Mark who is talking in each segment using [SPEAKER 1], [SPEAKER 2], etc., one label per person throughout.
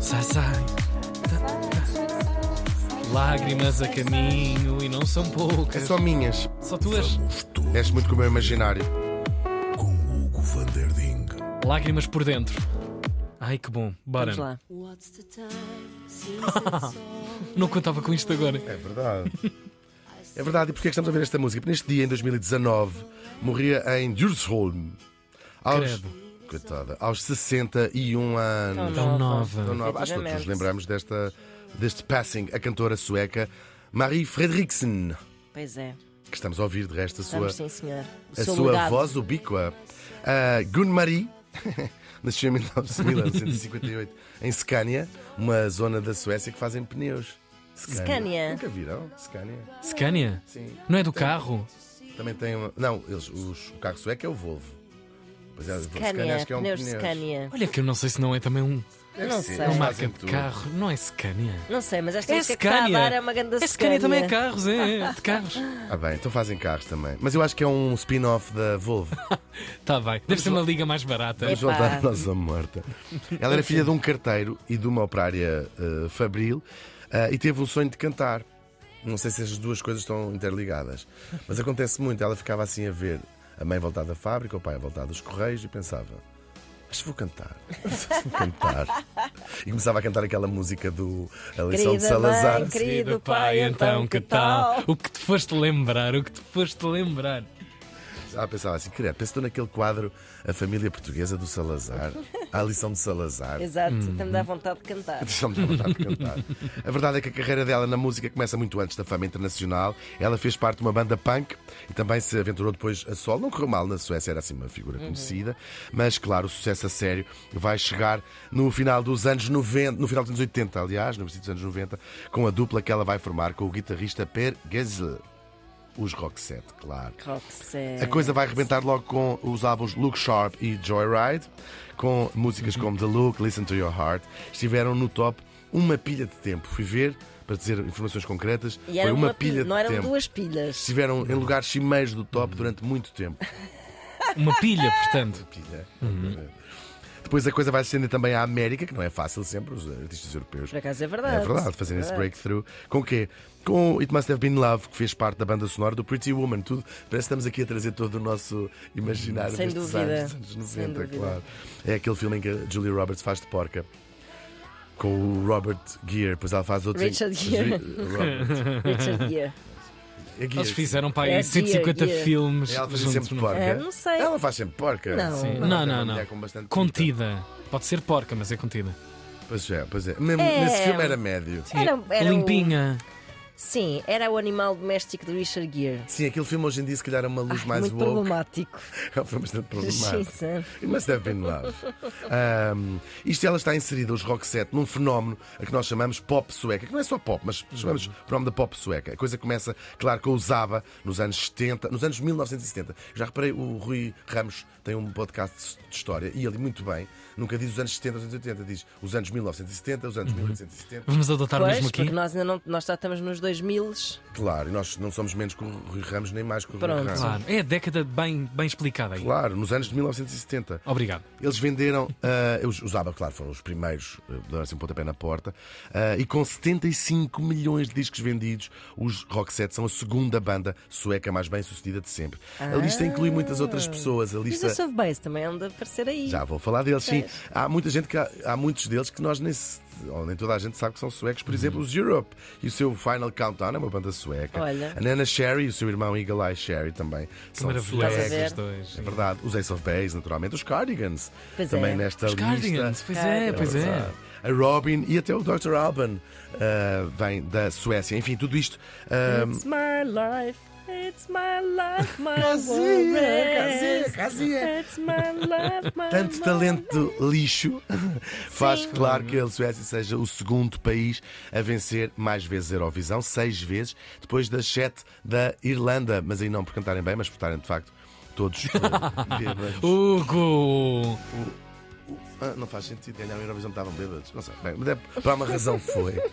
[SPEAKER 1] Sai, sai. Lágrimas a caminho e não são poucas.
[SPEAKER 2] São É minhas.
[SPEAKER 1] Só tuas.
[SPEAKER 2] És muito como o meu imaginário.
[SPEAKER 3] Com Hugo van der Ding.
[SPEAKER 1] Lágrimas por dentro. Ai que bom. Bora.
[SPEAKER 4] Vamos lá.
[SPEAKER 5] What's the time since it's all
[SPEAKER 1] Não contava com isto agora.
[SPEAKER 2] É verdade. É verdade. E porquê é que estamos a ver esta música? Porque neste dia, em 2019, morria em Djursholm. Aos... Coitada. Aos 61 anos.
[SPEAKER 1] Tão nova.
[SPEAKER 2] Então, não há- acho que todos nos
[SPEAKER 4] Efetivamente.
[SPEAKER 2] lembramos desta, deste passing, a cantora sueca Marie Fredriksen,
[SPEAKER 4] Pois é.
[SPEAKER 2] que estamos a ouvir de resto a sua,
[SPEAKER 4] Vamos, sim, senhor. O
[SPEAKER 2] a
[SPEAKER 4] seu
[SPEAKER 2] sua
[SPEAKER 4] legado.
[SPEAKER 2] voz ubíqua. A Gun-Marie nasceu em 1958 em Scania, uma zona da Suécia que fazem pneus.
[SPEAKER 4] Scania.
[SPEAKER 2] Nunca viram? Scania.
[SPEAKER 1] Scania?
[SPEAKER 2] Sim.
[SPEAKER 1] Não é do carro?
[SPEAKER 2] Também tem uma... Não, eles, os- o carro sueco é o Volvo. Pois é, o Volvo Scania
[SPEAKER 4] Scania,
[SPEAKER 2] acho que é um
[SPEAKER 4] pneus
[SPEAKER 2] pneu.
[SPEAKER 4] de Scania.
[SPEAKER 1] Olha que eu não sei se não é também um
[SPEAKER 2] Deve ser,
[SPEAKER 4] Não sei.
[SPEAKER 2] eles
[SPEAKER 4] É uma
[SPEAKER 1] marca
[SPEAKER 2] fazem
[SPEAKER 1] de
[SPEAKER 2] tudo.
[SPEAKER 1] carro. Não é Scania.
[SPEAKER 4] Não sei, mas esta
[SPEAKER 1] É
[SPEAKER 4] música que está a
[SPEAKER 1] Scania.
[SPEAKER 4] dar é uma grande
[SPEAKER 1] É Scania também é carros, é, é de carros.
[SPEAKER 2] Ah bem, então fazem carros também. Mas eu acho que é um spin-off da Volvo.
[SPEAKER 1] Tá bem. Deve ser uma liga mais barata.
[SPEAKER 2] Vamos
[SPEAKER 4] Epá.
[SPEAKER 2] voltar à nossa morta. Ela era filha de um carteiro e de uma operária eh, fabril eh, e teve o sonho de cantar. Não sei se estas duas coisas estão interligadas, mas acontece muito. Ela ficava assim a ver a mãe voltar da fábrica, o pai a voltar dos correios e pensava: Acho que vou cantar. Acho que vou cantar. E começava a cantar aquela música do A Lição de
[SPEAKER 4] Querida
[SPEAKER 2] Salazar.
[SPEAKER 4] mãe, Querido pai, então que tal?
[SPEAKER 1] O que te foste lembrar? O que te foste lembrar?
[SPEAKER 2] Ah, pensava assim, queria, pensou naquele quadro A Família Portuguesa do Salazar, a lição de Salazar.
[SPEAKER 4] Exato, também dá vontade de cantar.
[SPEAKER 2] Deixa-me dar vontade de cantar. A verdade é que a carreira dela na música começa muito antes da fama internacional. Ela fez parte de uma banda punk e também se aventurou depois a solo. Não correu mal na Suécia, era assim uma figura conhecida. Mas, claro, o sucesso a sério vai chegar no final dos anos 90, no final dos anos 80, aliás, no princípio dos anos 90, com a dupla que ela vai formar com o guitarrista Per Gessle. Os Roxette, claro.
[SPEAKER 4] Roxette.
[SPEAKER 2] A coisa vai arrebentar logo com os álbuns Look Sharp e Joyride, com músicas como The Look, Listen to Your Heart. Estiveram no top uma pilha de tempo. Fui ver, para dizer informações concretas,
[SPEAKER 4] E
[SPEAKER 2] foi
[SPEAKER 4] era
[SPEAKER 2] uma, pilha de
[SPEAKER 4] Não eram
[SPEAKER 2] tempo.
[SPEAKER 4] duas pilhas.
[SPEAKER 2] Estiveram em lugares cimeiros do top durante muito tempo.
[SPEAKER 1] Uma pilha, portanto.
[SPEAKER 2] Pilha. Uhum. Depois a coisa vai se estender também à América, que não é fácil sempre, os artistas europeus.
[SPEAKER 4] Por acaso é verdade.
[SPEAKER 2] É verdade, fazerem esse breakthrough. Com o quê? Com o It Must Have Been Love, que fez parte da banda sonora do Pretty Woman. Tudo, parece que estamos aqui a trazer todo o nosso imaginário
[SPEAKER 4] Sem
[SPEAKER 2] destes
[SPEAKER 4] dúvida.
[SPEAKER 2] anos, dos anos
[SPEAKER 4] Sem
[SPEAKER 2] 90,
[SPEAKER 4] dúvida.
[SPEAKER 2] claro. É aquele filme em que a Julia Roberts faz de porca. Com o Robert Gere, pois ela faz outros.
[SPEAKER 4] Richard Gere.
[SPEAKER 2] Robert.
[SPEAKER 4] Richard Gere.
[SPEAKER 2] É Gere.
[SPEAKER 1] Eles fizeram para aí
[SPEAKER 4] É, dia,
[SPEAKER 1] 150
[SPEAKER 4] dia.
[SPEAKER 1] filmes.
[SPEAKER 2] Ela faz
[SPEAKER 1] juntos
[SPEAKER 2] sempre
[SPEAKER 1] num-
[SPEAKER 2] porca.
[SPEAKER 4] É, não sei.
[SPEAKER 2] Ela faz sempre porca.
[SPEAKER 4] Não. Sim.
[SPEAKER 2] Ela
[SPEAKER 1] Não,
[SPEAKER 2] é uma
[SPEAKER 1] não, não.
[SPEAKER 2] mulher com bastante pinta.
[SPEAKER 1] Contida. Pode ser porca, mas é contida.
[SPEAKER 2] Pois é, pois é. Mesmo
[SPEAKER 4] É.
[SPEAKER 2] Nesse filme era médio.
[SPEAKER 4] Era- um- era o-
[SPEAKER 1] Limpinha.
[SPEAKER 4] Sim, era o animal doméstico de Richard Gere.
[SPEAKER 2] Sim, aquele filme hoje em dia, se calhar, é uma luz mais
[SPEAKER 4] Muito
[SPEAKER 2] woke.
[SPEAKER 4] problemático.
[SPEAKER 2] É um filme bastante problemático.
[SPEAKER 4] Justiça.
[SPEAKER 2] It must have been love. Um, isto ela está inserida, os rock set, num fenómeno a que nós chamamos pop sueca, que não é só pop, mas chamamos o fenómeno da pop sueca. A coisa começa, claro, com o Zaba nos anos 70, nos anos 1970. Já reparei, o Rui Ramos tem um podcast de história e ele, muito bem, nunca diz os anos 70, os anos 80, diz os anos 1970, os anos 1870.
[SPEAKER 1] Vamos adotar
[SPEAKER 4] Pois,
[SPEAKER 1] mesmo
[SPEAKER 4] porque
[SPEAKER 1] aqui.
[SPEAKER 4] nós ainda não, nós já estamos nos 2000
[SPEAKER 2] Claro, e nós não somos menos que o Rui Ramos, nem mais que o Rui
[SPEAKER 4] Pronto.
[SPEAKER 2] Ramos.
[SPEAKER 1] Claro. É a década bem, bem explicada aí.
[SPEAKER 2] Claro, nos anos de 1970.
[SPEAKER 1] Obrigado.
[SPEAKER 2] Eles venderam, ah, os, os ABBA, claro, foram os primeiros, eh, deram assim um pontapé na porta, ah, e com 75 milhões de discos vendidos, os Roxette são a segunda banda sueca mais bem sucedida de sempre. A lista inclui muitas outras pessoas, a
[SPEAKER 4] Ah. Mas
[SPEAKER 2] lista.
[SPEAKER 4] o Soft Bass também anda a aparecer aí.
[SPEAKER 2] Já vou falar deles, sim. Há muita gente que há, há muitos deles que nós nem, se- ou nem toda a gente sabe que são suecos. Por exemplo, os Europe e o seu Final Countdown é uma banda sueca.
[SPEAKER 4] Olha.
[SPEAKER 2] A Nana Sherry e o seu irmão Eagle Eye Sherry também são
[SPEAKER 1] Maravilhosos
[SPEAKER 4] Estás a ver?
[SPEAKER 1] os dois.
[SPEAKER 2] é verdade, os Ace of Base, naturalmente, os Cardigans
[SPEAKER 4] Pois
[SPEAKER 2] também
[SPEAKER 4] é.
[SPEAKER 2] nesta
[SPEAKER 1] Os
[SPEAKER 2] lista.
[SPEAKER 1] Cardigans, pois é, pois é.
[SPEAKER 2] verdade. A Robin e até o Dr. Alban ah, vem da Suécia. Enfim, tudo isto. ah,
[SPEAKER 4] It's my life, it's my life, my world. It's my life, my
[SPEAKER 2] Tanto talento lixo faz claro que a Suécia seja o segundo país a vencer mais vezes a Eurovisão, seis vezes, depois das sete da Irlanda. Mas aí não por cantarem bem, mas por estarem de facto todos. ah, bêbados.
[SPEAKER 1] Hugo!
[SPEAKER 2] Ah, não faz sentido, ganharam a Eurovisão, estavam bêbados. Não sei, bem, mas é, para uma razão foi.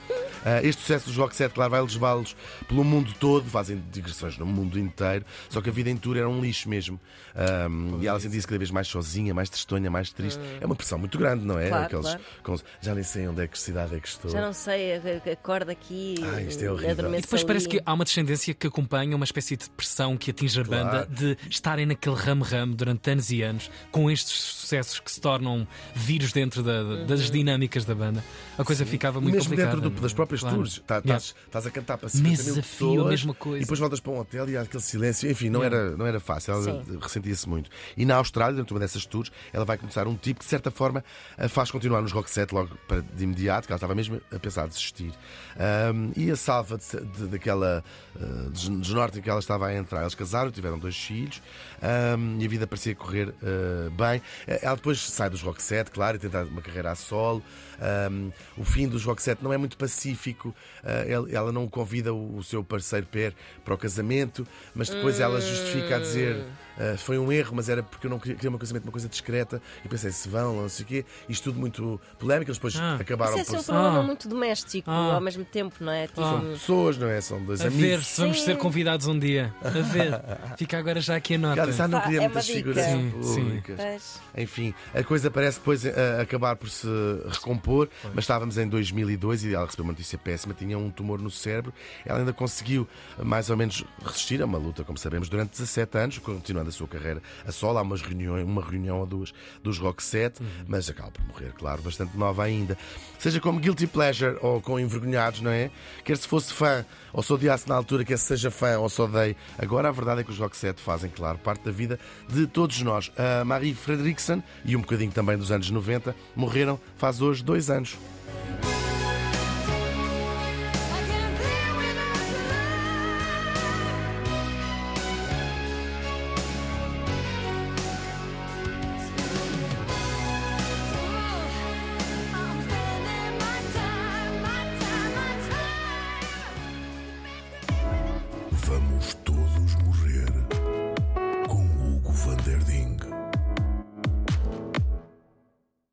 [SPEAKER 2] Ah, este sucesso dos Rock 7, claro, vai levá-los pelo mundo todo, fazem digressões no mundo inteiro, só que a vida em tour era um lixo mesmo. Ah, e ela sentia-se cada vez mais sozinha, mais tristonha, mais triste. É uma pressão muito grande, não é?
[SPEAKER 4] Ah. Claro,
[SPEAKER 2] Aqueles
[SPEAKER 4] claro.
[SPEAKER 2] com- já nem sei onde é que cidade é que estou.
[SPEAKER 4] Já não sei, a- a- acorda aqui.
[SPEAKER 2] Ah, isto é horrível. E
[SPEAKER 4] adormeço
[SPEAKER 1] Depois parece
[SPEAKER 4] ali.
[SPEAKER 1] que há uma descendência que acompanha uma espécie de pressão que atinge a banda de estarem naquele ramo-ramo durante anos e anos, com estes sucessos que se tornam vírus dentro da- da- das dinâmicas da banda. A coisa ficava muito
[SPEAKER 2] mesmo
[SPEAKER 1] complicada.
[SPEAKER 2] dentro do-
[SPEAKER 1] não é?
[SPEAKER 2] das próprias
[SPEAKER 1] Claro.
[SPEAKER 2] tours, tá-
[SPEAKER 1] Yeah.
[SPEAKER 2] estás estás a cantar para 50
[SPEAKER 1] Meses
[SPEAKER 2] mil
[SPEAKER 1] a fio, a
[SPEAKER 2] pessoas,
[SPEAKER 1] mesma coisa.
[SPEAKER 2] E depois voltas para um hotel e há aquele silêncio. Enfim, não, era, não era fácil. Ela
[SPEAKER 4] Sim.
[SPEAKER 2] ressentia-se muito. E na Austrália, durante uma dessas tours, ela vai começar um tipo que, de certa forma, a faz continuar nos rock set logo para- de imediato, que ela estava mesmo a pensar desistir. Ahm, e a salva de, de- daquela ah, des- desnorte em que ela estava a entrar. Eles casaram, tiveram dois filhos ahm, e a vida parecia correr ah, bem. Eh, Ela depois sai dos rock set, claro, e tenta uma carreira a solo. Ahm, o fim dos rock set não é muito pacífico. Ah, ele- ela não convida o, o seu parceiro Per para o casamento, mas depois
[SPEAKER 4] Hum.
[SPEAKER 2] ela justifica a dizer. ah, foi um erro, mas era porque eu não queria, queria um casamento, uma coisa discreta. E pensei, se vão, não sei o quê. Isto tudo muito polémico. Eles depois
[SPEAKER 1] Ah.
[SPEAKER 2] acabaram
[SPEAKER 4] Isso é
[SPEAKER 2] por.
[SPEAKER 4] um problema
[SPEAKER 1] Ah.
[SPEAKER 4] muito doméstico
[SPEAKER 1] Ah.
[SPEAKER 4] ao mesmo tempo, não é? Tipo,
[SPEAKER 2] São pessoas, não é? São dois
[SPEAKER 1] A
[SPEAKER 2] amigos.
[SPEAKER 1] ver se vamos
[SPEAKER 4] Sim.
[SPEAKER 1] ser convidados um dia. A ver. Fica agora já aqui a
[SPEAKER 2] Ela
[SPEAKER 1] nota.
[SPEAKER 2] disse, ah, não
[SPEAKER 4] Pá,
[SPEAKER 2] queria
[SPEAKER 4] é uma
[SPEAKER 2] muitas
[SPEAKER 4] dica.
[SPEAKER 2] figuras
[SPEAKER 1] Sim,
[SPEAKER 2] públicas.
[SPEAKER 4] mas-
[SPEAKER 2] Enfim, a coisa parece depois eh, acabar por se recompor, mas estávamos em 2002 e ela recebeu uma notícia péssima, tinha um tumor no cérebro. Ela ainda conseguiu eh, mais ou menos resistir a uma luta, como sabemos, durante 17 anos, continuando a sua carreira a solo. Há umas reuniões, uma reunião ou duas dos Rock 7, mas acaba por morrer, claro, bastante nova ainda. Seja como Guilty Pleasure ou com Envergonhados, não é? Quer se fosse fã ou se odiasse na altura, quer se seja fã ou se odeie. Agora a verdade é que os Rock 7 fazem, claro, parte da vida de todos nós. A Marie Fredriksson e um bocadinho também dos anos 90 morreram faz hoje dois anos.